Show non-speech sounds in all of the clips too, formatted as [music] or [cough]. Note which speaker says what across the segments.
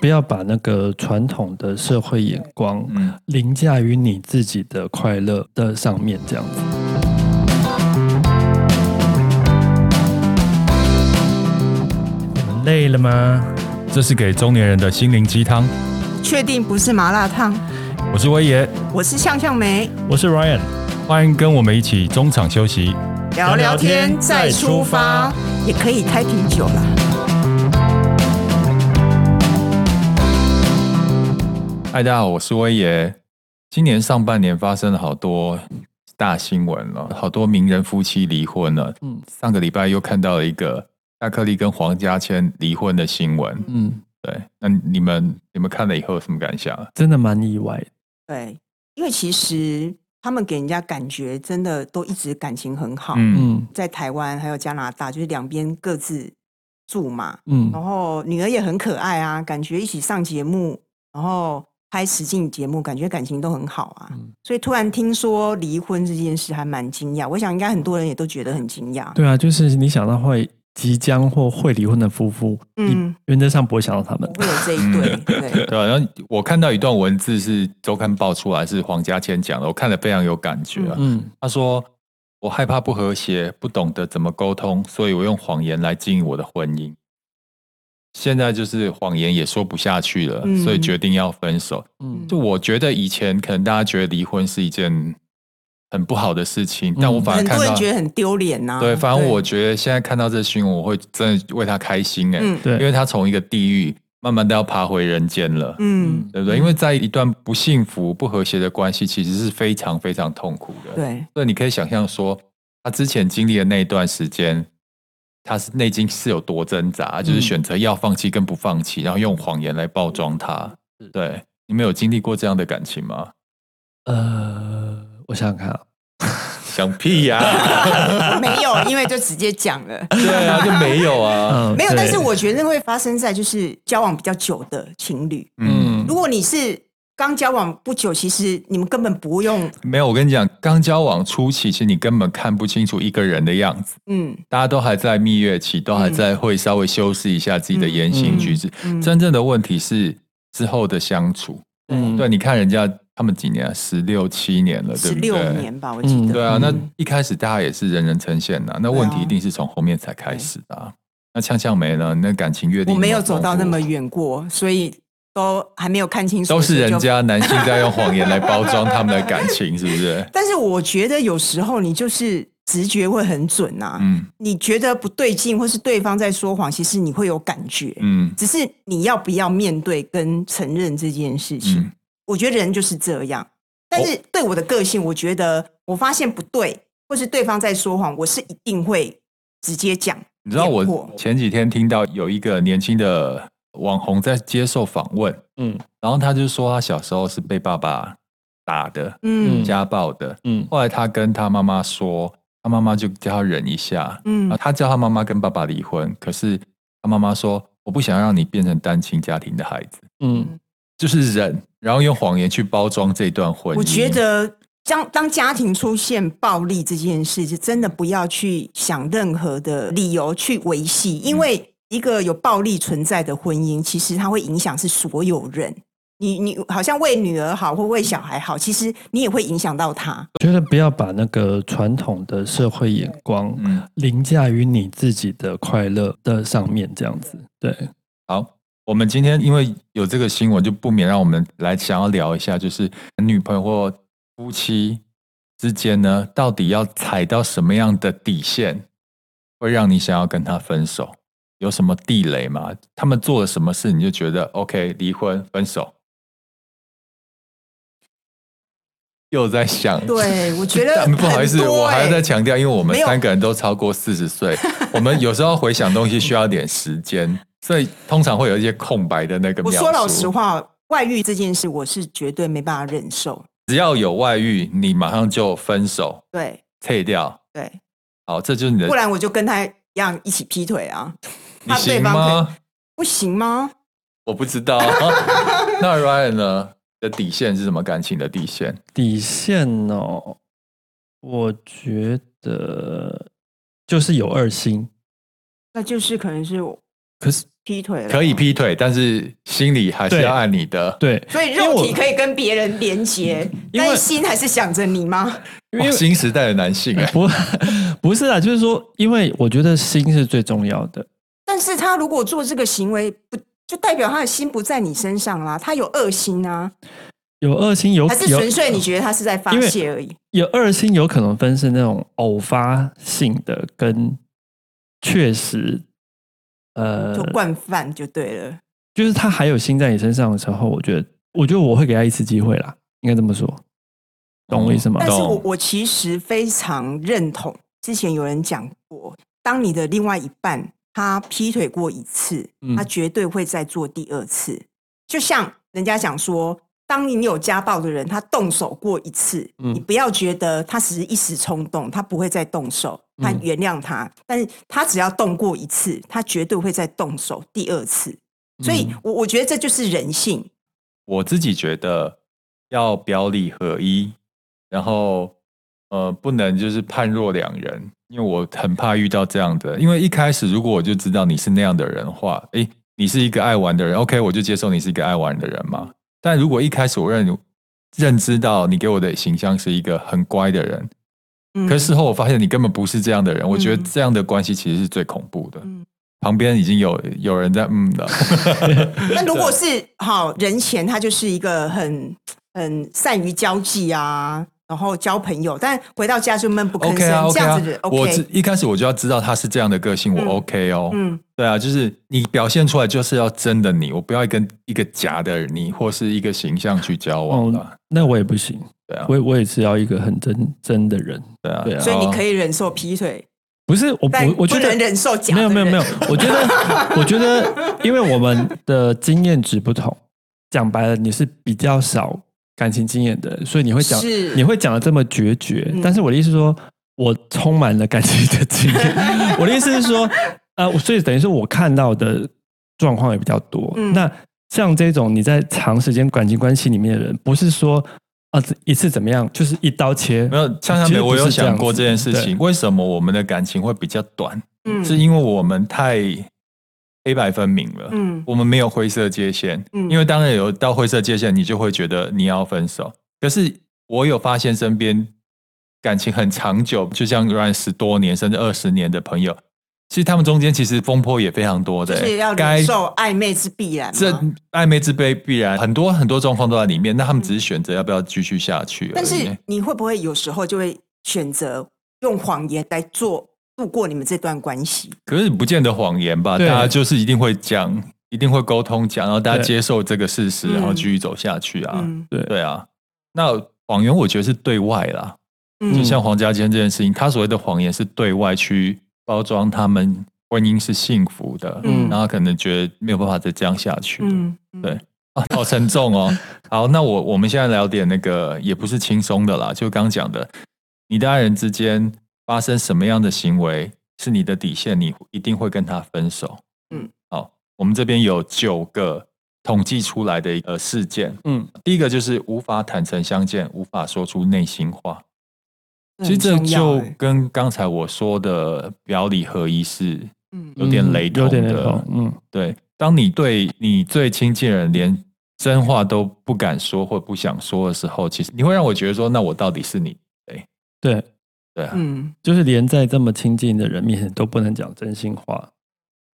Speaker 1: 不要把那个传统的社会眼光
Speaker 2: 嗯，
Speaker 1: 凌驾于你自己的快乐的上面，这样子。
Speaker 3: 你们累了吗？
Speaker 2: 这是给中年人的心灵鸡汤。
Speaker 4: 确定不是麻辣烫？
Speaker 2: 我是威爷，
Speaker 4: 我是向向梅，
Speaker 3: 我是 Ryan，
Speaker 2: 欢迎跟我们一起中场休息。
Speaker 4: 聊聊天
Speaker 3: 天
Speaker 4: 再
Speaker 3: 再
Speaker 4: 出
Speaker 3: 出
Speaker 4: 发
Speaker 3: 发，
Speaker 4: 也可以开瓶酒了。
Speaker 2: 嗨，大家好，我是威爷。今年上半年发生了好多大新闻了，好多名人夫妻离婚了。
Speaker 1: 嗯
Speaker 2: 上个礼拜又看到了一个大克力跟黄家千离婚的新闻。
Speaker 1: 嗯，
Speaker 2: 对，那你们你们看了以后有什么感想啊？
Speaker 1: 真的蛮意外的。
Speaker 4: 对，因为其实他们给人家感觉真的都一直感情很好，
Speaker 2: 嗯
Speaker 1: 嗯
Speaker 4: 在台湾还有加拿大，就是两边各自住嘛，然
Speaker 1: 嗯
Speaker 4: 后女儿也很可爱啊，感觉一起上节目，然后拍实境节目，感觉感情都很好啊。
Speaker 1: 嗯
Speaker 4: 所以突然听说离婚这件事，还蛮惊讶。我想应该很多人也都觉得很惊讶。
Speaker 1: 对啊，就是你想到会即将或会离婚的夫妇，
Speaker 4: 嗯
Speaker 1: 你原则上不会想到他们
Speaker 4: 不。会有这一对，对，
Speaker 2: 对啊，然后我看到一段文字是周刊爆出来，是黄家千讲的，我看了非常有感觉啊。
Speaker 1: 嗯
Speaker 2: 他说：“我害怕不和谐，不懂得怎么沟通，所以我用谎言来经营我的婚姻。现在就是谎言也说不下去了，
Speaker 4: 嗯
Speaker 2: 所以决定要分手。
Speaker 1: 嗯
Speaker 2: 就我觉得以前可能大家觉得离婚是一件很不好的事情，但
Speaker 1: 嗯
Speaker 2: 我反而
Speaker 4: 很
Speaker 2: 看
Speaker 4: 多人
Speaker 2: 到，
Speaker 4: 觉得很丢脸啊呐。
Speaker 2: 对，反正我觉得现在看到这新闻，我会真的为他开心哎、
Speaker 4: 嗯
Speaker 1: 对，
Speaker 2: 因为他从一个地狱慢慢的要爬回人间了。
Speaker 4: 嗯，
Speaker 2: 对不对？因为在一段不幸福、不和谐的关系，其实是非常非常痛苦的。
Speaker 4: 对，
Speaker 2: 所以你可以想象说，他之前经历的那一段时间，他是内心是有多挣扎，
Speaker 4: 嗯
Speaker 2: 就是选择要放弃跟不放弃，然后用谎言来包装他。
Speaker 4: 嗯
Speaker 2: 对，你们有经历过这样的感情吗？
Speaker 1: 呃，我想想看啊，
Speaker 4: [laughs]
Speaker 2: 想屁呀、
Speaker 4: 没有，因为就直接讲了，
Speaker 2: 对啊，就没有啊。
Speaker 1: 嗯，
Speaker 4: 没有。
Speaker 1: 对
Speaker 4: 但是我觉得那会发生在就是交往比较久的情侣。
Speaker 2: 嗯，
Speaker 4: 如果你是刚交往不久，其实你们根本不用，
Speaker 2: 没有。我跟你讲，刚交往初期，其实你根本看不清楚一个人的样子，
Speaker 4: 嗯，
Speaker 2: 大家都还在蜜月期，都还在会稍微修饰一下自己的言行举止。
Speaker 4: 嗯
Speaker 2: 真正的问题是之后的相处。
Speaker 1: 嗯
Speaker 2: 对，你看人家他们几年、啊，十六七年了，对
Speaker 4: 十
Speaker 2: 不对？
Speaker 4: 六年吧，我记
Speaker 1: 嗯
Speaker 4: 得。
Speaker 2: 对啊，那
Speaker 4: 嗯
Speaker 2: 一开始大家也是人人称羡呐，那问
Speaker 4: 对啊
Speaker 2: 题一定是从后面才开始的、啊。那呛呛梅呢？那感情阅历
Speaker 4: 我没有走到那么
Speaker 2: 丰
Speaker 4: 远过，所以都还没有看清
Speaker 2: 富，
Speaker 4: 楚。
Speaker 2: 嗯都是人
Speaker 4: 所以就。
Speaker 2: 家男性在用谎言来包装他们的感情，是不
Speaker 4: [laughs]
Speaker 2: 是？
Speaker 4: 但是我觉得有时候你就是直觉会很准呐、
Speaker 2: 嗯
Speaker 4: 你觉得不对劲，或是对方在说谎，其实你会有感觉，
Speaker 2: 嗯
Speaker 4: 只是你要不要面对跟承认这件事情。
Speaker 2: 嗯哦
Speaker 4: 我觉得人就是这样。但是对我的个性，我觉得我发现不对，或是对方在说谎，我是一定会直接讲。
Speaker 2: 你知道
Speaker 4: 点破
Speaker 2: 我前几天听到有一个年轻的网红在接受访问，
Speaker 1: 嗯
Speaker 2: 然后他就说他小时候是被爸爸打的、
Speaker 4: 嗯
Speaker 2: 家暴的，
Speaker 1: 嗯
Speaker 2: 后来他跟他妈妈说，他妈妈就叫他忍一下。然后
Speaker 4: 嗯
Speaker 2: 他叫他妈妈跟爸爸离婚，可是他妈妈说：“我不想让你变成单亲家庭的孩子。
Speaker 1: 嗯”
Speaker 2: 就是忍，然后用谎言去包装这段婚姻。
Speaker 4: 我觉得当当家庭出现暴力这件事，就真的不要去想任何的理由去维系，因
Speaker 2: 嗯
Speaker 4: 为一个有暴力存在的婚姻，其实它会影响是所有人。你你好像为女儿好，或为小孩好，其实你也会影响到他。
Speaker 1: 我觉得不要把那个传统的社会眼光
Speaker 2: 嗯，
Speaker 1: 凌驾于你自己的快乐的上面，这样子。对，
Speaker 2: 好，我们今天因为有这个新闻，就不免让我们来想要聊一下，就是男女朋友或夫妻之间呢，到底要踩到什么样的底线，会让你想要跟他分手？有什么地雷吗？他们做了什么事，你就觉得 OK，离婚分手？又在想，
Speaker 4: 对，我 [laughs] 觉得
Speaker 2: [laughs] 但不好意思，
Speaker 4: 很多
Speaker 2: 我还要
Speaker 4: 欸
Speaker 2: 再强调，因为我们
Speaker 4: 没有
Speaker 2: 三个人都超过四
Speaker 4: [laughs]
Speaker 2: 十岁，我们有时候回想东西需要点时间，所以通常会有一些空白的那个
Speaker 4: 我
Speaker 2: 描述。
Speaker 4: 说老实，话，外遇这件事，我是绝对没办法忍受。
Speaker 2: 只要有外遇，你马上就分手，
Speaker 4: 对
Speaker 2: 退掉。
Speaker 4: 对，
Speaker 2: 好，这就是你的
Speaker 4: 不，然我就跟他一样一起劈腿啊，
Speaker 2: 你
Speaker 4: 怕对
Speaker 2: 行
Speaker 4: 方
Speaker 2: 吗？
Speaker 4: 不行吗？
Speaker 2: 我不知道。 [laughs] 那 Ryan 呢？的底线是什么？感情的底线？
Speaker 1: 底线哦，我觉得就是有二心。
Speaker 4: 那就是可能是
Speaker 1: 可是
Speaker 4: 劈腿了，
Speaker 2: 可以。劈腿，但是心里还是
Speaker 1: 对
Speaker 2: 要爱你的。
Speaker 1: 对，
Speaker 4: 所以
Speaker 1: 因为
Speaker 4: 肉
Speaker 1: 我
Speaker 4: 体可以跟别人连结，
Speaker 1: 因为
Speaker 4: 但心还是想着你吗？
Speaker 1: 因
Speaker 2: 哇
Speaker 1: 为
Speaker 2: 哦新时代的男性哎、
Speaker 1: 不 [laughs] 不是啊啦，就是说，因为我觉得心是最重要的。
Speaker 4: [laughs] 但是他如果做这个行为，不就代表他的心不在你身上啦？他有恶心啊，
Speaker 1: 有恶心有
Speaker 4: 还是
Speaker 1: 有
Speaker 4: 纯粹你觉得他是在发
Speaker 1: 因为
Speaker 4: 泄而已？
Speaker 1: 有二心有可能分是那种偶发性的，跟确实，呃
Speaker 4: 就，惯犯就对了。
Speaker 1: 就是他还有心在你身上的时候，我觉得，我觉得我会给他一次机会啦，应该这么说，懂我意思吗
Speaker 4: 但？是我
Speaker 2: 懂
Speaker 4: 我其实非常认同，之前有人讲过，当你的另外一半他劈腿过一次，
Speaker 1: 嗯
Speaker 4: 他绝对会再做第二次。就像人家讲说，当你有家暴的人，他动手过一次，
Speaker 1: 嗯
Speaker 4: 你不要觉得他只是一时冲动，他不会再动手，
Speaker 1: 嗯
Speaker 4: 他原谅他。但是他只要动过一次，他绝对会再动手第二次。所以
Speaker 1: 嗯
Speaker 4: 我，我觉得这就是人性。
Speaker 2: 我自己觉得要表里合一，然后呃，不能就是判若两人，因为我很怕遇到这样的。因为一开始如果我就知道你是那样的人的话，诶，你是一个爱玩的人，OK，我就接受你是一个爱玩的人嘛。但如果一开始我认认知到你给我的形象是一个很乖的人，
Speaker 4: 嗯
Speaker 2: 可是事后我发现你根本不是这样的人，我觉得
Speaker 4: 嗯
Speaker 2: 这样的关系其实是最恐怖的。
Speaker 4: 嗯
Speaker 2: 旁边已经有有人在嗯了， [laughs]
Speaker 4: 那如果是好人前，他就是一个很很善于交际啊，然后交朋友，但回到家就闷不吭
Speaker 2: OK
Speaker 4: 声，
Speaker 2: 啊
Speaker 4: 这
Speaker 2: ，OK
Speaker 4: 样
Speaker 2: 啊
Speaker 4: 子的人
Speaker 2: 我知
Speaker 4: OK。
Speaker 2: 一开始我就要知道他是这样的个性，
Speaker 4: 嗯
Speaker 2: 我 OK 哦。
Speaker 4: 嗯，
Speaker 2: 对啊，就是你表现出来就是要真的你，我不要跟一个假的你或是一个形象去交往啦。
Speaker 1: 哦那我也不行，
Speaker 2: 对啊，
Speaker 1: 我我也是要一个很真真的人，
Speaker 2: 对啊，
Speaker 1: 对啊
Speaker 4: 所以你可
Speaker 2: 以
Speaker 4: 以忍受劈腿，
Speaker 1: 不是我
Speaker 4: 但
Speaker 1: 我我
Speaker 4: 不
Speaker 1: 觉
Speaker 4: 能
Speaker 1: 得
Speaker 4: 忍受假
Speaker 1: 没有
Speaker 4: 的人。
Speaker 1: 没有没有，我觉
Speaker 4: [laughs]
Speaker 1: 得我觉得，因为我们的经验值不同，讲白了，你是比较少感情经验的人，所以你会讲
Speaker 4: 是
Speaker 1: 你会讲的这么决绝，
Speaker 4: 嗯
Speaker 1: 但是我的意思是说，我充满了感情的经
Speaker 4: [laughs]
Speaker 1: 验。我的意思是说，呃，所以等于是我看到的状况也比较多。
Speaker 4: 嗯
Speaker 1: 那像这种你在长时间感情关系里面的人，不是说啊一次怎么样，就是一刀切，
Speaker 2: 没有，像像
Speaker 1: 其
Speaker 2: 没
Speaker 1: 实
Speaker 2: 我
Speaker 1: 不是
Speaker 2: 有想过这
Speaker 1: 这
Speaker 2: 件
Speaker 1: 样子
Speaker 2: 事情，为什么我们的感情会比较短？
Speaker 4: 嗯
Speaker 2: 是因为我们太黑白分明了。
Speaker 4: 嗯
Speaker 2: 我们没有灰色界限，
Speaker 4: 嗯
Speaker 2: 因为当然有到灰色界限，你就会觉得你要分手。可是我有发现身边感情很长久，就像 Ryan 十多年甚至二十年的朋友，其实他们中间其实风波也非常多的、
Speaker 4: 就是要
Speaker 2: 该
Speaker 4: 忍受暧昧之必然嘛。
Speaker 2: 这暧昧之杯必然很多很多状况都在里面，那他们只是选择要不要继续下去而已。
Speaker 4: 但是你会不会有时候就会选择用谎言来做度过你们这段关系？
Speaker 2: 可是不见得谎言吧？大
Speaker 1: 对
Speaker 2: 家就是一定会讲，一定会沟通讲，然后大家
Speaker 1: 对
Speaker 2: 接受这个事实，
Speaker 4: 嗯
Speaker 2: 然后继续走下去啊。
Speaker 4: 嗯
Speaker 2: 对啊，那谎言我觉得是对外啦，就
Speaker 4: 嗯
Speaker 2: 像黄家千这件事情，他所谓的谎言是对外去包装他们婚姻是幸福的，
Speaker 4: 嗯
Speaker 2: 然后可能觉得没有办法再这样下去、
Speaker 4: 嗯，嗯
Speaker 2: 对啊， [laughs] 好沉重哦。好，那我我们现在聊点那个也不是轻松的啦，就刚讲的，你的爱人之间发生什么样的行为是你的底线，你一定会跟他分手。
Speaker 4: 嗯，
Speaker 2: 好，我们这边有九个统计出来的呃事件，
Speaker 1: 嗯，
Speaker 2: 第一个就是无法坦诚相见，无法说出内心话。
Speaker 4: 很
Speaker 2: 其实这
Speaker 4: 重要
Speaker 2: 就
Speaker 4: 欸
Speaker 2: 跟刚才我说的表里合一是
Speaker 4: 嗯
Speaker 2: 有点雷同
Speaker 1: 有
Speaker 2: 的。
Speaker 1: 点雷同，嗯，
Speaker 2: 对，当你对你最亲近的人连真话都不敢说或不想说的时候，其实你会让我觉得说，那我到底是你？
Speaker 1: 对，
Speaker 2: 对啊，
Speaker 4: 嗯
Speaker 1: 就是连在这么亲近的人面前都不能讲真心话，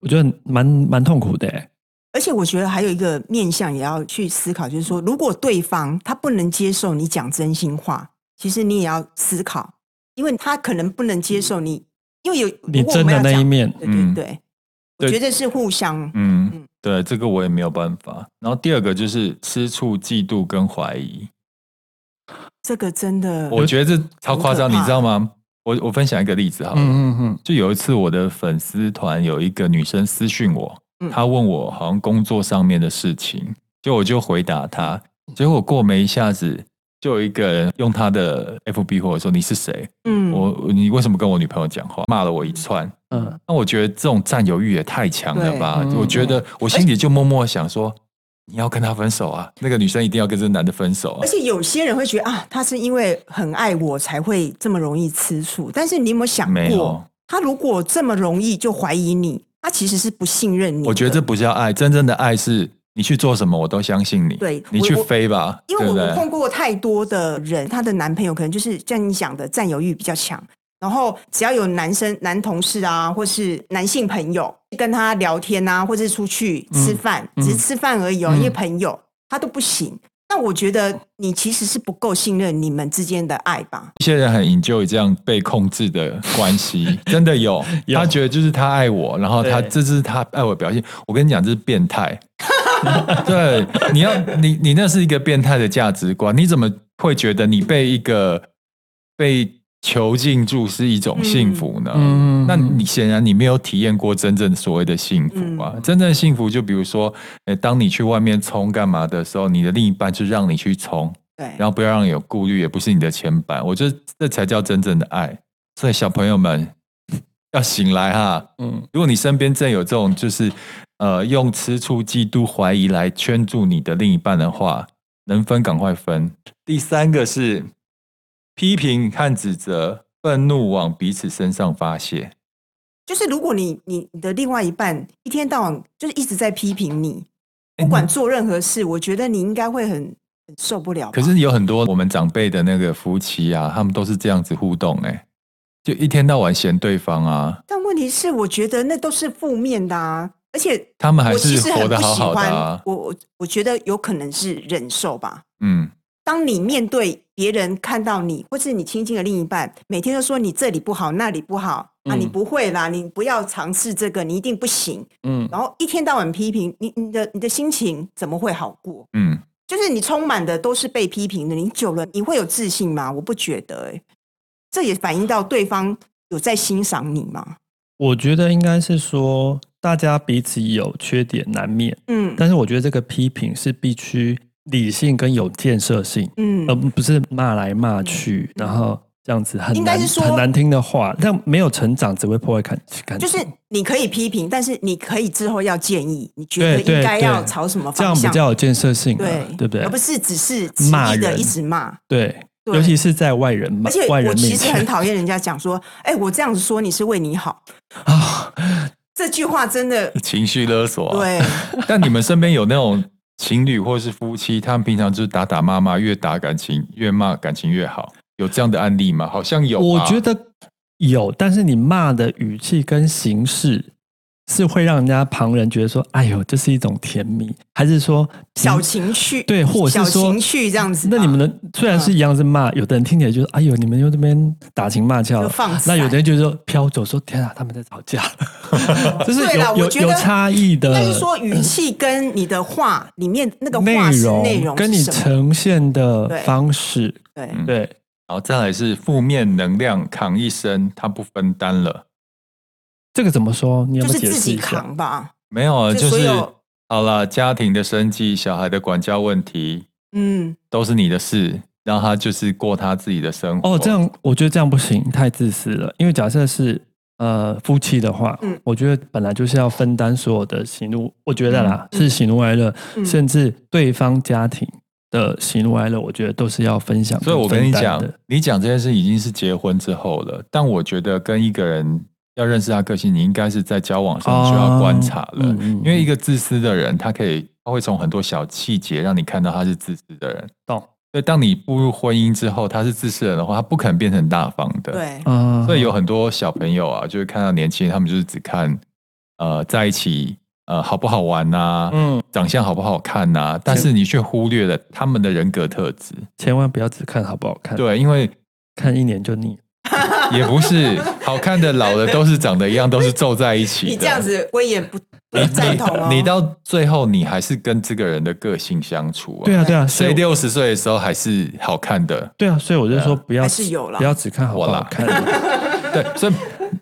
Speaker 1: 我觉得蛮蛮痛苦的、欸。
Speaker 4: 而且我觉得还有一个面向也要去思考，就是说，如果对方他不能接受你讲真心话，其实你也要思考，因为他可能不能接受你，因为有
Speaker 1: 嗯你
Speaker 4: 如果我
Speaker 1: 真
Speaker 4: 们
Speaker 1: 的那
Speaker 4: 要讲
Speaker 1: 一，面，
Speaker 4: 对
Speaker 2: 嗯
Speaker 4: 对对，我
Speaker 2: 对
Speaker 4: 觉得是互相，
Speaker 2: 嗯
Speaker 4: 嗯，
Speaker 2: 对，这个我也没有办法。然后第二个就是吃醋、嫉妒跟怀疑，
Speaker 4: 这个真的，
Speaker 2: 我觉得这超夸张，
Speaker 4: 啊很可
Speaker 2: 你
Speaker 4: 怕
Speaker 2: 知道吗？我我分享一个例子好了，
Speaker 1: 嗯嗯嗯，
Speaker 2: 就有一次我的粉丝团有一个女生私讯我，
Speaker 4: 嗯
Speaker 2: 她问我好像工作上面的事情，就我就回答她，结果过没一下子。就有一个人用他的 FB 或者说你是谁，
Speaker 4: 嗯，
Speaker 2: 我你为什么跟我女朋友讲话？骂了我一串。
Speaker 1: 嗯，
Speaker 2: 那我觉得这种占有欲也太强了吧！
Speaker 1: 对嗯
Speaker 2: 我觉得我心里就默默想说，你要跟他分手啊，那个女生一定要跟这男的分手啊
Speaker 4: 而。且有些人会觉得啊，他是因为很爱我才会这么容易吃醋，但是你有没有想
Speaker 2: 没有
Speaker 4: 过，他如果这么容易就怀疑你，他其实是不信任你的。
Speaker 2: 我觉得这不叫爱，真正的爱是你去做什么我都相信你，
Speaker 4: 对
Speaker 2: 你
Speaker 4: 我
Speaker 2: 去
Speaker 4: 我
Speaker 2: 飞吧，
Speaker 4: 因为
Speaker 2: 对
Speaker 4: 我
Speaker 2: 不
Speaker 4: 我
Speaker 2: 对？
Speaker 4: 碰过太多的人，她的男朋友可能就是像你讲的占有欲比较强，然后只要有男生、男同事啊，或是男性朋友跟他聊天啊，或是出去吃饭，
Speaker 1: 嗯
Speaker 4: 只是吃饭而已、哦，
Speaker 1: 嗯
Speaker 4: 因为朋友他都不行。那我觉得你其实是不够信任你们之间的爱吧？
Speaker 2: 一些人很 enjoy 这样被控制的
Speaker 1: [laughs]
Speaker 2: 关系，真的有，
Speaker 1: 有
Speaker 2: 他觉得就是他爱我，然后他
Speaker 1: 对
Speaker 2: 这是他爱我的表现。我跟你讲，这是变态。 [laughs] 对，你要你你那是一个变态的价值观，你怎么会觉得你被一个被囚禁住是一种幸福呢？
Speaker 1: 嗯
Speaker 2: 那你显然你没有体验过真正所谓的幸福啊！
Speaker 1: 嗯
Speaker 2: 真正的幸福，就比如说，呃，当你去外面冲干嘛的时候，你的另一半就让你去冲，
Speaker 4: 对，
Speaker 2: 然后不要让你有顾虑，也不是你的牵绊。我觉得这才叫真正的爱。所以小朋友们 [laughs] 要醒来哈！
Speaker 1: 嗯，
Speaker 2: 如果你身边真有这种就是呃用吃醋、嫉妒、怀疑来圈住你的另一半的话，能分赶快分。第三个是批评和指责，愤怒往彼此身上发泄。
Speaker 4: 就是如果你你你的另外一半一天到晚就是一直在批评你，
Speaker 2: 嗯
Speaker 4: 不管做任何事，我觉得你应该会很很受不了吧。
Speaker 2: 可是有很多我们长辈的那个夫妻啊，他们都是这样子互动、欸，哎，就一天到晚嫌对方啊，
Speaker 4: 但问题是，我觉得那都是负面的啊，而且
Speaker 2: 他们还
Speaker 4: 我其
Speaker 2: 是
Speaker 4: 实
Speaker 2: 活
Speaker 4: 很
Speaker 2: 得
Speaker 4: 不
Speaker 2: 好
Speaker 4: 喜
Speaker 2: 好的
Speaker 4: 欢。
Speaker 2: 啊。
Speaker 4: 我我我觉得有可能是忍受吧。
Speaker 2: 嗯，
Speaker 4: 当你面对别人看到你，或是你亲近的另一半，每天都说你这里不好，那里不好、啊，
Speaker 1: 嗯
Speaker 4: 你不会啦，你不要尝试这个，你一定不行。
Speaker 1: 嗯，
Speaker 4: 然后一天到晚批评你，你的你的心情怎么会好过？
Speaker 2: 嗯，
Speaker 4: 就是你充满的都是被批评的，你久了你会有自信吗？我不觉得、欸，这也反映到对方有在欣赏你吗？
Speaker 1: 我觉得应该是说大家彼此有缺点难免，
Speaker 4: 嗯
Speaker 1: 但是我觉得这个批评是必须理性跟有建设性，
Speaker 4: 嗯
Speaker 1: 而不是骂来骂去，
Speaker 4: 嗯
Speaker 1: 然后这样子很
Speaker 4: 应该
Speaker 1: 难
Speaker 4: 是说
Speaker 1: 很难听的话，但没有成长只会破坏感感情，
Speaker 4: 就是你可以批评，但是你可以之后要建议，你觉得
Speaker 1: 对对
Speaker 4: 应该要
Speaker 1: 对
Speaker 4: 朝什么
Speaker 1: 这样
Speaker 4: 方
Speaker 1: 比
Speaker 4: 向？
Speaker 1: 较有建设性、啊，
Speaker 4: 对
Speaker 1: 对不对
Speaker 4: 而？不是只是执
Speaker 1: 骂
Speaker 4: 意的
Speaker 1: 人
Speaker 4: 一直骂。
Speaker 1: 对，
Speaker 4: 对
Speaker 1: 尤其是在外人嘛
Speaker 4: 而且，
Speaker 1: 外
Speaker 4: 我
Speaker 1: 人
Speaker 4: 其
Speaker 1: 面
Speaker 4: 实很
Speaker 1: 前
Speaker 4: 讨厌人家讲说：“ [laughs] 哎、我这样子说你是为你好。
Speaker 1: 啊，”
Speaker 4: 这句话
Speaker 1: [laughs]
Speaker 4: 真的
Speaker 2: 情绪勒索、啊。
Speaker 4: 对，
Speaker 2: 但你们身边有那种情侣或是夫妻，他们平常就是打打骂骂，越打感情越骂感情越好，有这样的案例吗？好像有吧。
Speaker 1: 我觉得有，但是你骂的语气跟形式是会让人家旁人觉得说：“哎呦，这是一种甜蜜。”还是说
Speaker 4: 小啊
Speaker 1: 嗯
Speaker 4: 情趣，
Speaker 1: [laughs] 对，或者
Speaker 4: 小
Speaker 1: 是说
Speaker 4: 情趣这样子吧。
Speaker 1: 那你们的虽然是一样是骂，有的人听起来就是：“哎呦，你们又这边打情骂俏
Speaker 4: 啊就放。”
Speaker 1: 那
Speaker 4: 散
Speaker 1: 有的人就是说飘走，说：“天啊，他们在吵架。”
Speaker 4: [laughs]
Speaker 1: 就是
Speaker 4: 对啦
Speaker 1: 有有
Speaker 4: 我觉得
Speaker 1: 有差异的。
Speaker 4: 但是说语气跟你的话里面那个
Speaker 1: 内
Speaker 4: 话是
Speaker 1: 容
Speaker 4: 内容
Speaker 1: 跟
Speaker 4: 是
Speaker 1: 你
Speaker 4: 什么
Speaker 1: 呈现的
Speaker 4: 对
Speaker 1: 方式，
Speaker 4: 对，
Speaker 2: 嗯
Speaker 1: 对，
Speaker 2: 然后再来是负面能量扛一生，他不分担了。
Speaker 1: 这个怎么说？你要
Speaker 4: 就
Speaker 1: 不要
Speaker 4: 是
Speaker 1: 解释
Speaker 4: 自己
Speaker 1: 一下？
Speaker 4: 扛吧。
Speaker 2: 没有啊，
Speaker 4: 就
Speaker 2: 就
Speaker 4: 所
Speaker 2: 是
Speaker 4: 有
Speaker 2: 好了，家庭的生计、小孩的管教问题
Speaker 4: 嗯，
Speaker 2: 都是你的事，让他就是过他自己的生活。
Speaker 1: 哦，这样我觉得这样不行，太自私了。因为假设是呃夫妻的话，
Speaker 4: 嗯
Speaker 1: 我觉得本来就是要分担所有的喜怒，我觉得啦、
Speaker 4: 嗯
Speaker 1: 是喜怒哀乐，
Speaker 4: 嗯
Speaker 1: 甚至对方家庭的喜怒哀乐，我觉得都是要分享。
Speaker 2: 所以我跟你讲
Speaker 1: 的，，
Speaker 2: 你讲这件事已经是结婚之后了，但我觉得跟一个人要认识他个性，你应该是在交往上就要观察了，
Speaker 1: 哦嗯嗯
Speaker 2: 因为一个自私的人，他可以他会从很多小细节让你看到他是自私的人。
Speaker 1: 懂
Speaker 2: 所以当你步入婚姻之后，他是自私的人的话，他不肯变成大方的。，
Speaker 4: 对，
Speaker 1: 啊，
Speaker 2: 所以有很多小朋友啊，就是看到年轻人，他们就是只看呃在一起呃好不好玩呐、
Speaker 1: 嗯，
Speaker 2: 长相好不好看呐、但是你却忽略了他们的人格特质。
Speaker 1: 千万不要只看好不好看，，
Speaker 2: 对，因为
Speaker 1: 看一年就腻了。
Speaker 2: 也不是，好看的老的都是长得一样，都是皱在一起的。
Speaker 4: 你这样子威严
Speaker 2: [laughs]
Speaker 4: 不不赞同哦。
Speaker 2: 你到最后你还是跟这个人的个性相处啊。
Speaker 1: 对啊，对啊，所
Speaker 2: 谁
Speaker 1: 以
Speaker 2: 六十岁的时候还是好看的？
Speaker 1: 对啊，所以我就说不要
Speaker 4: 还是有啦
Speaker 1: 不要只看好不好看。
Speaker 2: 对，所以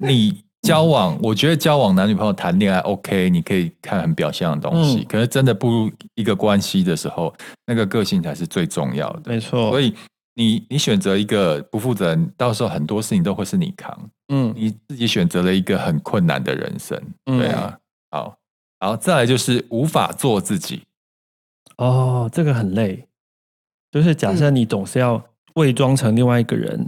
Speaker 2: 你交往，我觉得交往男女朋友谈恋爱 OK，你可以看很表象的东西，
Speaker 1: 嗯
Speaker 2: 可是真的步入一个关系的时候，那个个性才是最重要的。
Speaker 1: [laughs] 没错，
Speaker 2: 所以你你选择一个不负责任，到时候很多事情都会是你扛。
Speaker 1: 嗯
Speaker 2: 你自己选择了一个很困难的人生，
Speaker 1: 嗯
Speaker 2: 对啊，好，然后再来就是无法做自己，
Speaker 1: 哦，这个很累。就是假
Speaker 4: 嗯
Speaker 1: 设你总是要伪装成另外一个人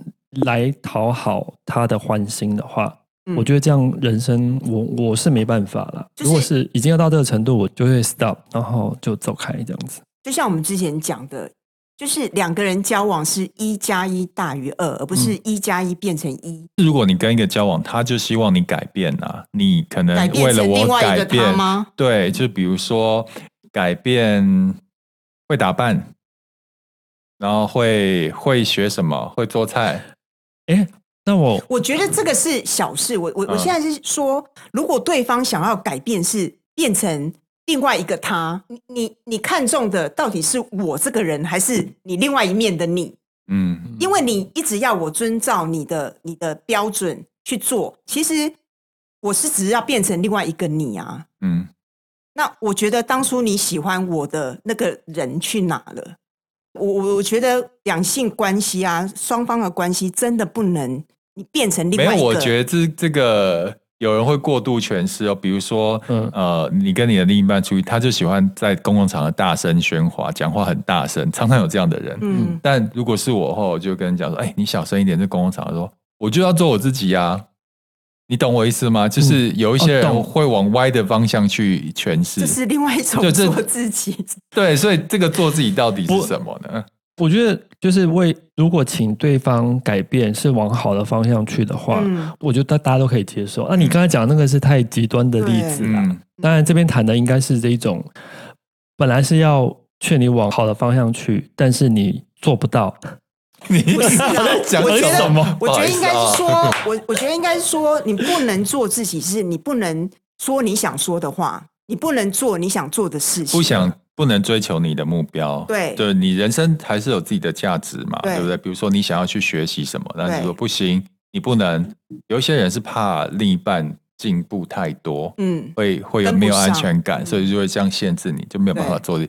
Speaker 1: 来讨好他的欢心的话，
Speaker 4: 嗯
Speaker 1: 我觉得这样人生我我是没办法了。
Speaker 4: 就是
Speaker 1: 如果是已经要到这个程度，我就会 stop，然后就走开这样子。
Speaker 4: 就像我们之前讲的，就是两个人交往是一加一大于二，而不
Speaker 2: 嗯
Speaker 4: 是一加一变成一，
Speaker 2: 如果你跟一个交往，他就希望你改变啊，你可能
Speaker 4: 改
Speaker 2: 为
Speaker 4: 变
Speaker 2: 了
Speaker 4: 成
Speaker 2: 我
Speaker 4: 另外一
Speaker 2: 改
Speaker 4: 个他
Speaker 2: 变，
Speaker 4: 吗？
Speaker 2: 对，就比如说改变会打扮，然后会会学什么，会做菜，
Speaker 1: 哎，那我
Speaker 4: 我觉得这个是小事。我我我
Speaker 2: 嗯
Speaker 4: 现在是说，如果对方想要改变，是变成另外一个他，你你你看中的到底是我这个人，还是你另外一面的你？
Speaker 2: 嗯，
Speaker 4: 因为你一直要我遵照你的你的标准去做，其实我是只是要变成另外一个你啊。
Speaker 2: 嗯，
Speaker 4: 那我觉得当初你喜欢我的那个人去哪了？我我我觉得两性关系啊，双方的关系真的不能你变成另
Speaker 2: 没
Speaker 4: 外
Speaker 2: 有，
Speaker 4: 一个。
Speaker 2: 我觉得这这个有人会过度诠释哦，比如说，
Speaker 1: 嗯
Speaker 2: 呃，你跟你的另一半出去，他就喜欢在公共场合大声喧哗，讲话很大声，常常有这样的人。
Speaker 4: 嗯，
Speaker 2: 但如果是我的话，我就跟人讲说，哎、你小声一点，这公共场合说，我就要做我自己呀、啊。你懂我意思
Speaker 4: 嗯
Speaker 2: 吗？就是有一些
Speaker 1: 哦
Speaker 2: 人
Speaker 1: 懂
Speaker 2: 会往歪的方向去诠释，
Speaker 4: 这是另外一种
Speaker 2: 就这
Speaker 4: 做自己。
Speaker 2: 对，所以这个做自己到底是
Speaker 1: 不
Speaker 2: 什么呢？
Speaker 1: 我觉得就是为如果请对方改变是往好的方向去的话，
Speaker 4: 嗯，
Speaker 1: 我觉得大家都可以接受。那你刚才讲的那个是太极端的例子
Speaker 4: 啊
Speaker 1: 啦，
Speaker 2: 嗯，
Speaker 1: 当然，这边谈的应该是这一种，本来是要劝你往好的方向去，但是你做不到。
Speaker 2: 你
Speaker 4: 不是啊
Speaker 2: 在 [laughs] 讲
Speaker 4: 我觉得
Speaker 2: 什么？
Speaker 4: 我
Speaker 2: 不
Speaker 4: 觉
Speaker 2: 好
Speaker 4: 得
Speaker 2: 意
Speaker 4: 应
Speaker 2: 思
Speaker 4: 该
Speaker 2: 啊
Speaker 4: 是说，我我觉得应该是说，你不能做自己，是你不能说你想说的话，你不能做你想做的事情。
Speaker 2: 不想不能追求你的目标，
Speaker 4: 对
Speaker 2: 对你人生还是有自己的价值嘛，
Speaker 4: 对
Speaker 2: 对不对？比如说你想要去学习什么，那
Speaker 4: 对
Speaker 2: 你说不行，你不能。有一些人是怕另一半进步太多，
Speaker 4: 嗯，
Speaker 2: 会会有
Speaker 4: 跟不
Speaker 2: 没有安
Speaker 4: 上
Speaker 2: 全
Speaker 4: 嗯
Speaker 2: 感，所以就会这样限制你，就没有办法
Speaker 4: 对
Speaker 2: 做这。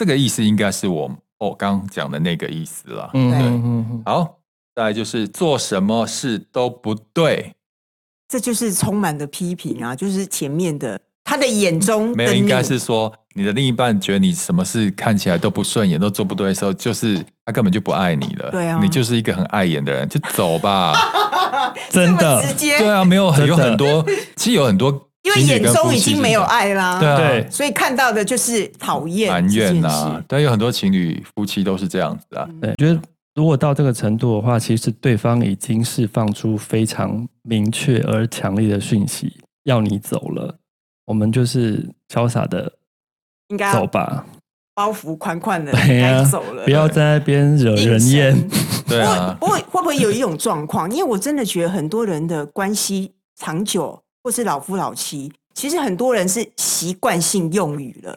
Speaker 2: 这个意思应该是我我刚刚讲的那个意思啦。
Speaker 1: 嗯
Speaker 4: 对
Speaker 1: 嗯嗯
Speaker 2: 好，再来就是做什么事都不对，
Speaker 4: 这就是充满了批评啊，就是前面的他的眼中
Speaker 2: 没有，
Speaker 4: 的
Speaker 2: 应
Speaker 4: 嗯你
Speaker 2: 该是说你的另一半觉得你什么事看起来都不顺眼、都做不对的时候，就是他根本就不爱你了。
Speaker 4: 对啊
Speaker 2: 你就是一个很碍眼的人，就走
Speaker 4: [laughs]
Speaker 2: 吧。
Speaker 1: 真
Speaker 4: 这么
Speaker 1: 的
Speaker 4: 直接，
Speaker 2: 对啊，没有
Speaker 1: 真的
Speaker 2: 有很多，其实有很多，
Speaker 4: 因为眼中已经没有，爱啦，
Speaker 2: 对啊
Speaker 1: 对，
Speaker 4: 所以看到的就是讨厌
Speaker 2: 埋
Speaker 4: 这
Speaker 2: 怨
Speaker 4: 件
Speaker 2: 啊
Speaker 4: 事，
Speaker 2: 对，有很多情侣夫妻都是这样子啊。
Speaker 1: 对，觉得如果到这个程度的话，其实对方已经释放出非常明确而强烈的讯息，要你走了。我们就是潇洒的
Speaker 4: 应该
Speaker 1: 走
Speaker 4: 要
Speaker 1: 吧，
Speaker 4: 包袱宽宽的，
Speaker 1: 对
Speaker 2: 啊
Speaker 1: 呀
Speaker 4: 该走了，
Speaker 1: 不要在那边惹
Speaker 4: 应
Speaker 1: 人
Speaker 4: 承
Speaker 1: 厌。
Speaker 2: 对啊，
Speaker 4: 不过会不会有一种状况？因为我真的觉得很多人的关系长久或是老夫老妻，其实很多人是习惯性用语了，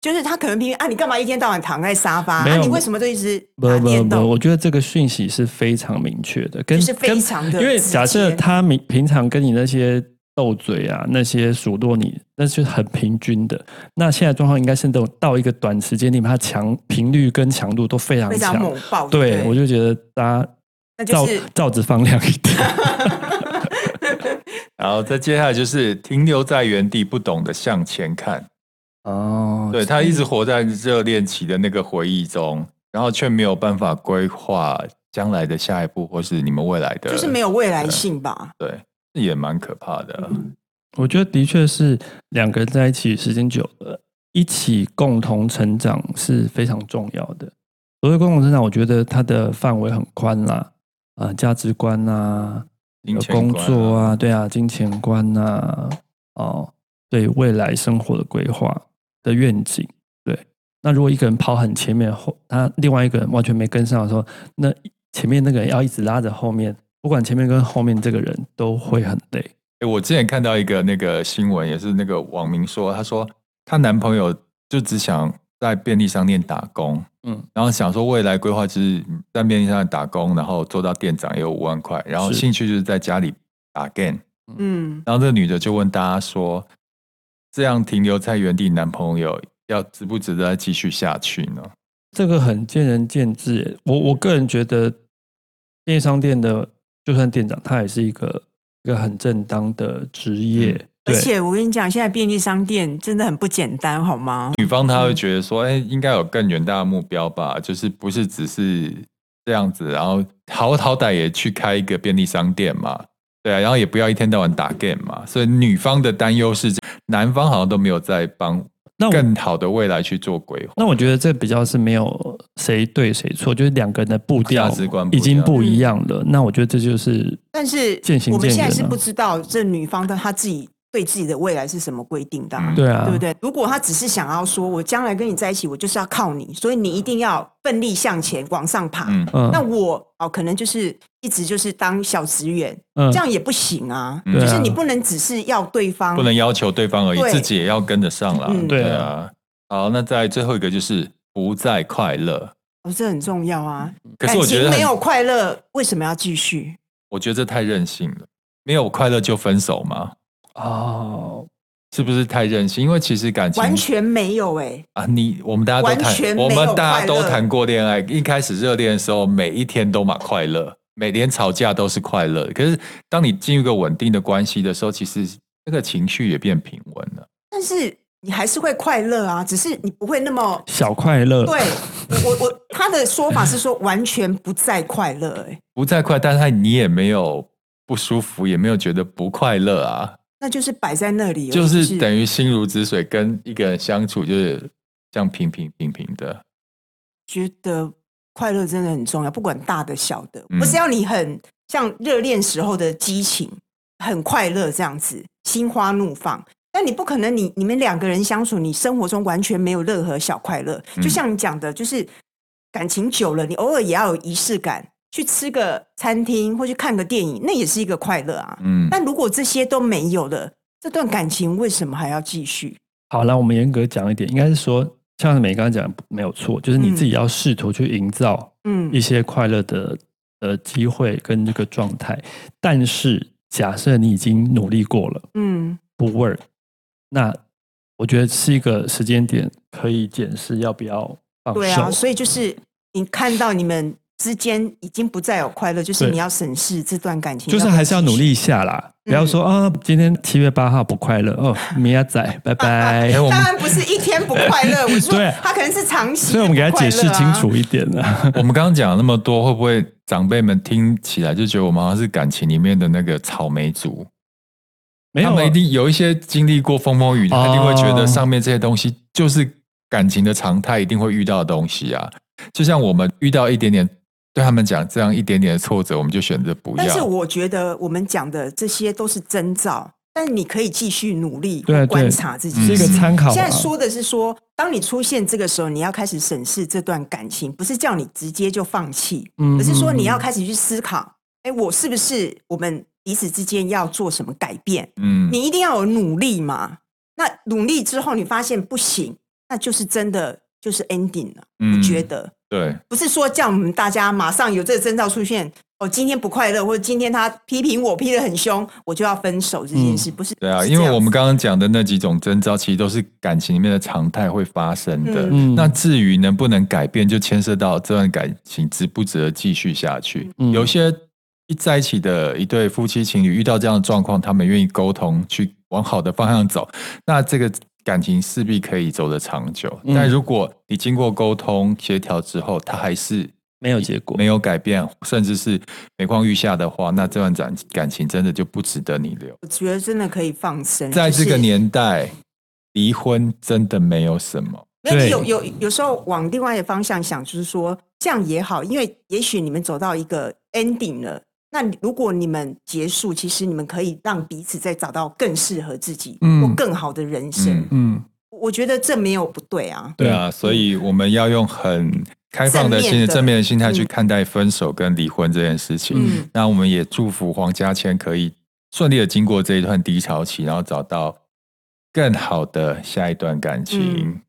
Speaker 4: 就是他可能平啊，你干嘛一天到晚躺在沙发？
Speaker 1: 没
Speaker 4: 啊，
Speaker 1: 有
Speaker 4: 你为什么都一直
Speaker 1: 不
Speaker 4: 打
Speaker 1: 不
Speaker 4: 电
Speaker 1: 不，
Speaker 4: 动？
Speaker 1: 我觉得这个讯息是非常明确的，跟
Speaker 4: 就是非
Speaker 1: 跟
Speaker 4: 常地
Speaker 1: 因为
Speaker 4: 直
Speaker 1: 假设
Speaker 4: 接
Speaker 1: 他平平常跟你那些斗嘴啊，那些数落你，那是很平均的。那现在状况应该是到到一个短时间里面，它强频率跟强度都非常
Speaker 4: 非常
Speaker 1: 强
Speaker 4: 猛。爆，
Speaker 1: 对，
Speaker 4: 不
Speaker 1: 我就觉得大
Speaker 4: 那
Speaker 1: 家照、
Speaker 4: 就是
Speaker 1: 照着放亮一点。
Speaker 2: 然后再接下来就是停留在原地，不懂得向前看。
Speaker 1: 哦，
Speaker 4: [laughs]
Speaker 2: 对他一直活在热恋期的那个回忆中，然后却没有办法规划将来的下一步，或是你们未来的，
Speaker 4: 就是没有未来性吧？
Speaker 2: 对，这也蛮可怕的。啊
Speaker 1: 嗯我觉得的确是两个人在一起时间久了，一起共同成长是非常重要的。所谓共同成长，我觉得它的范围很宽啦，啊、价值观啊，
Speaker 2: 金钱观
Speaker 1: 工
Speaker 2: 啊
Speaker 1: 作啊，对啊，金钱观啊，哦，对未来生活的规划的愿景，对。那如果一个人跑很前面后，他另外一个人完全没跟上的时候，那前面那个人要一直拉着后面，不管前面跟后面这个人都会很累。
Speaker 2: 诶我之前看到一个那个新闻，也是那个网民说，她说她男朋友就只想在便利商店打工，
Speaker 1: 嗯
Speaker 2: 嗯，然后想说未来规划就是在便利商店打工，然后做到店长也有五万块，然后
Speaker 1: 是
Speaker 2: 兴趣就是在家里打 game。
Speaker 4: 嗯，
Speaker 2: 然后这女的就问大家说：“这样停留在原地，男朋友要值不值得再继续下去呢
Speaker 1: 这个很见仁见智耶。我我个人觉得，便利商店的就算店长，他也是一个一个很正当的职业。
Speaker 2: 嗯
Speaker 4: 而
Speaker 1: 对，
Speaker 4: 且我跟你讲，现在便利商店真的很不简单，好吗？”？
Speaker 2: 女方她会觉得说：“哎，应该有更远大的目标吧，就是不是只是这样子，然后好好歹也去开一个便利商店嘛。”对啊，然后也不要一天到晚打 game 嘛。所以女方的担忧是，男方好像都没有在帮
Speaker 1: 那我
Speaker 2: 更好的未来去做规划。
Speaker 1: 那我觉得这比较是没有谁对谁错，就是两个人的步调
Speaker 2: 价值观不一
Speaker 1: 已
Speaker 2: 样
Speaker 1: 经不一样了。那我觉得这就是
Speaker 4: 但是
Speaker 1: 渐行
Speaker 4: 我们
Speaker 1: 渐
Speaker 4: 现在
Speaker 1: 远
Speaker 4: 是
Speaker 1: 啊
Speaker 4: 不知道这女方的她自己对自己的未来是什么规定的啊、
Speaker 2: 嗯
Speaker 1: 对啊，
Speaker 4: 对不对？如果她只是想要说，我将来跟你在一起，我就是要靠你，所以你一定要奋力向前，往上爬。
Speaker 2: 嗯
Speaker 1: 嗯，
Speaker 4: 那我哦，可能就是一直就是当小职员，
Speaker 1: 嗯
Speaker 4: 这样也不行啊。
Speaker 2: 嗯
Speaker 1: 对啊
Speaker 4: 就是你不能只是要对方
Speaker 2: 不能要求对方而已，
Speaker 4: 对
Speaker 2: 自己也要跟得上啦。
Speaker 4: 嗯
Speaker 1: 对啊
Speaker 2: 啊。好，那在最后一个就是不再快乐。
Speaker 4: 哦，这很重要啊。
Speaker 2: 可是我觉
Speaker 4: 感情
Speaker 2: 得
Speaker 4: 没
Speaker 2: 很
Speaker 4: 有快乐，为什么要继续？
Speaker 2: 我觉得这太任性了，没有快乐就分手吗？
Speaker 1: 哦，
Speaker 2: 是不是太任性？因为其实感情
Speaker 4: 完全没有哎、
Speaker 2: 啊，你我们大家都
Speaker 4: 完全
Speaker 2: 谈，
Speaker 4: 没有
Speaker 2: 我们大家
Speaker 4: 快
Speaker 2: 都
Speaker 4: 乐
Speaker 2: 谈过恋爱。一开始热恋的时候，每一天都蛮快乐，每天吵架都是快乐的。可是当你进入一个稳定的关系的时候，其实那个情绪也变平稳了。
Speaker 4: 但是你还是会快乐啊，只是你不会那么
Speaker 1: 小快乐，
Speaker 4: 对我我我他的说法是说完全不再快乐、哎，
Speaker 2: 不再快，但是你也没有不舒服，也没有觉得不快乐啊，
Speaker 4: 那就是摆在那里而已，
Speaker 2: 就是等于心如止水，跟一个人相处就是这样平平平平的。
Speaker 4: 觉得快乐真的很重要，不管大的小的，
Speaker 2: 嗯
Speaker 4: 不是要你很像热恋时候的激情，很快乐这样子，心花怒放。但你不可能你，你们两个人相处，你生活中完全没有任何小快乐。
Speaker 2: 嗯
Speaker 4: 就像你讲的，就是感情久了，你偶尔也要有仪式感，去吃个餐厅或去看个电影，那也是一个快乐啊。
Speaker 2: 嗯，
Speaker 4: 但如果这些都没有了，这段感情为什么还要继续？
Speaker 1: 好了，我们严格讲一点，应该是说，像美刚刚讲的没有错，就是你自己要试图去营造
Speaker 4: 嗯
Speaker 1: 一些快乐的呃机会跟这个状态。但是假设你已经努力过了
Speaker 4: 嗯，
Speaker 1: 不 work，那我觉得是一个时间点可以检视要不要放
Speaker 4: 对
Speaker 1: 手。
Speaker 4: 啊，所以就是你看到你们之间已经不再有快乐，就是
Speaker 1: 对
Speaker 4: 你要审视这段感情，
Speaker 1: 就是还是要努
Speaker 4: 继续。
Speaker 1: 力一下啦，
Speaker 4: 嗯
Speaker 1: 不要说啊，今天七月八号不快乐哦，明仔
Speaker 4: [laughs]
Speaker 1: 载拜拜
Speaker 2: 哎、。我
Speaker 4: 当
Speaker 2: 们
Speaker 4: 然不是一天不
Speaker 1: [laughs]
Speaker 4: 快乐，我说
Speaker 1: 对
Speaker 4: 他可能是长期、
Speaker 1: 所以我们给他解释
Speaker 4: 啊
Speaker 1: 清。楚一点啦。
Speaker 2: [laughs] 我们刚刚讲了那么多，会不会长辈们听起来就觉得我们好像是感情里面的那个草莓族？
Speaker 1: [laughs] 没有
Speaker 2: 他
Speaker 1: 啊
Speaker 2: 们一定有一些经历过风风雨雨，他一定会觉得上面这些东西就是感情的常态，一定会遇到的东西啊。就像我们遇到一点点，对他们讲这样一点点的挫折，我们就选择不
Speaker 4: 但是
Speaker 2: 要。
Speaker 4: 我觉得我们讲的这些都是征兆，但你可以继续努力
Speaker 1: 对啊对
Speaker 4: 观察自己。
Speaker 1: 是一个参考啊。
Speaker 4: 现在说的是说，当你出现这个时候，你要开始审视这段感情，不是叫你直接就放弃，
Speaker 1: 嗯
Speaker 4: 而是说你要开始去思考，哎，我是不是我们彼此之间要做什么改变？
Speaker 2: 嗯，
Speaker 4: 你一定要有努力嘛。那努力之后，你发现不行，那就是真的就是 ending 了。
Speaker 2: 你
Speaker 4: 我觉得
Speaker 2: 嗯对，
Speaker 4: 不是说叫我们大家马上有这个征兆出现，哦，今天不快乐，或者今天他批评我批得很凶，我就要分手这件事，不是？
Speaker 2: 对啊，
Speaker 4: 不是
Speaker 2: 因
Speaker 4: 这
Speaker 2: 为
Speaker 4: 样
Speaker 2: 我们
Speaker 4: 子
Speaker 2: 刚刚讲的那几种征兆，其实都是感情里面的常态会发生的。
Speaker 1: 嗯
Speaker 2: 那至于能不能改变，就牵涉到这段感情值不值得继续下去。
Speaker 1: 嗯
Speaker 2: 有些一在一起的一对夫妻情侣遇到这样的状况，他们愿意沟通，去往好的方向走，那这个感情势必可以走得长久。
Speaker 1: 嗯
Speaker 2: 但如果你经过沟通协调之后，他还是
Speaker 1: 没有结果
Speaker 2: 没有改变，甚至是每况愈下的话，那这段感感情真的就不值得你留。
Speaker 4: 我觉得真的可以放生，
Speaker 2: 在这
Speaker 4: 就
Speaker 2: 个
Speaker 4: 是
Speaker 2: 年代，离婚真的没有什么。
Speaker 4: 没有，
Speaker 1: 对
Speaker 4: 你有有有时候往另外的方向想，就是说这样也好，因为也许你们走到一个 ending 了。那如果你们结束，其实你们可以让彼此再找到更适合自己、
Speaker 1: 嗯
Speaker 4: 或更好的人生。
Speaker 2: 嗯
Speaker 1: 嗯，
Speaker 4: 我觉得这没有不对啊。
Speaker 2: 对啊，所以我们要用很开放的
Speaker 4: 正
Speaker 2: 心、
Speaker 4: 面的
Speaker 2: 正面的心态
Speaker 4: 嗯
Speaker 2: 去看待分手跟离婚这件事情。
Speaker 4: 嗯
Speaker 2: 那我们也祝福黄家千可以顺利的经过这一段低潮期，然后找到更好的下一段感情。
Speaker 4: 嗯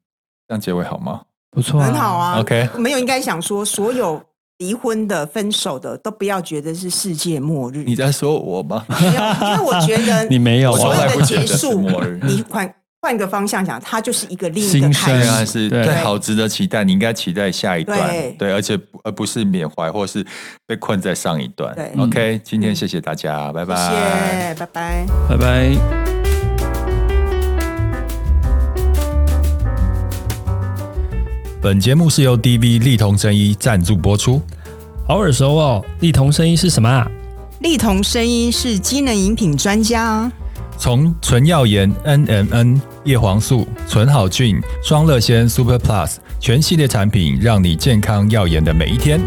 Speaker 2: 这样结尾好吗？
Speaker 1: 不错啊，
Speaker 4: 很好啊。
Speaker 2: OK
Speaker 4: 我们有应该想说，所有离婚的、分手的，都不要觉得是世界末日。
Speaker 2: 你在说我吗？
Speaker 4: 没有因为我觉得
Speaker 1: 你没有啊
Speaker 4: 所有
Speaker 2: 我从来
Speaker 4: 的
Speaker 2: 不觉
Speaker 4: 结
Speaker 2: 得是
Speaker 4: 束
Speaker 2: 末日，
Speaker 4: 你换换个方向想，它就是一个另一个
Speaker 1: 新
Speaker 4: 开
Speaker 1: 生
Speaker 2: 对
Speaker 4: 始。
Speaker 2: 啊，是
Speaker 1: 对
Speaker 2: 对，好值得期待。你应该期待下一段，
Speaker 4: 对
Speaker 2: 而且不而不是缅怀或是被困在上一段
Speaker 4: 对。
Speaker 2: OK，今天谢谢大家，拜
Speaker 4: 谢
Speaker 2: 啊拜。
Speaker 4: 谢，拜拜。
Speaker 1: 拜拜。
Speaker 2: 本节目是由 DV 力同真一赞助播出。
Speaker 3: 好耳熟哦！力同声音是什么啊？
Speaker 4: 丽彤声音是机能饮品专家啊。
Speaker 2: 从纯耀颜 N M N、叶黄素、纯好菌、双乐仙 Super Plus 全系列产品，让你健康耀眼的每一天。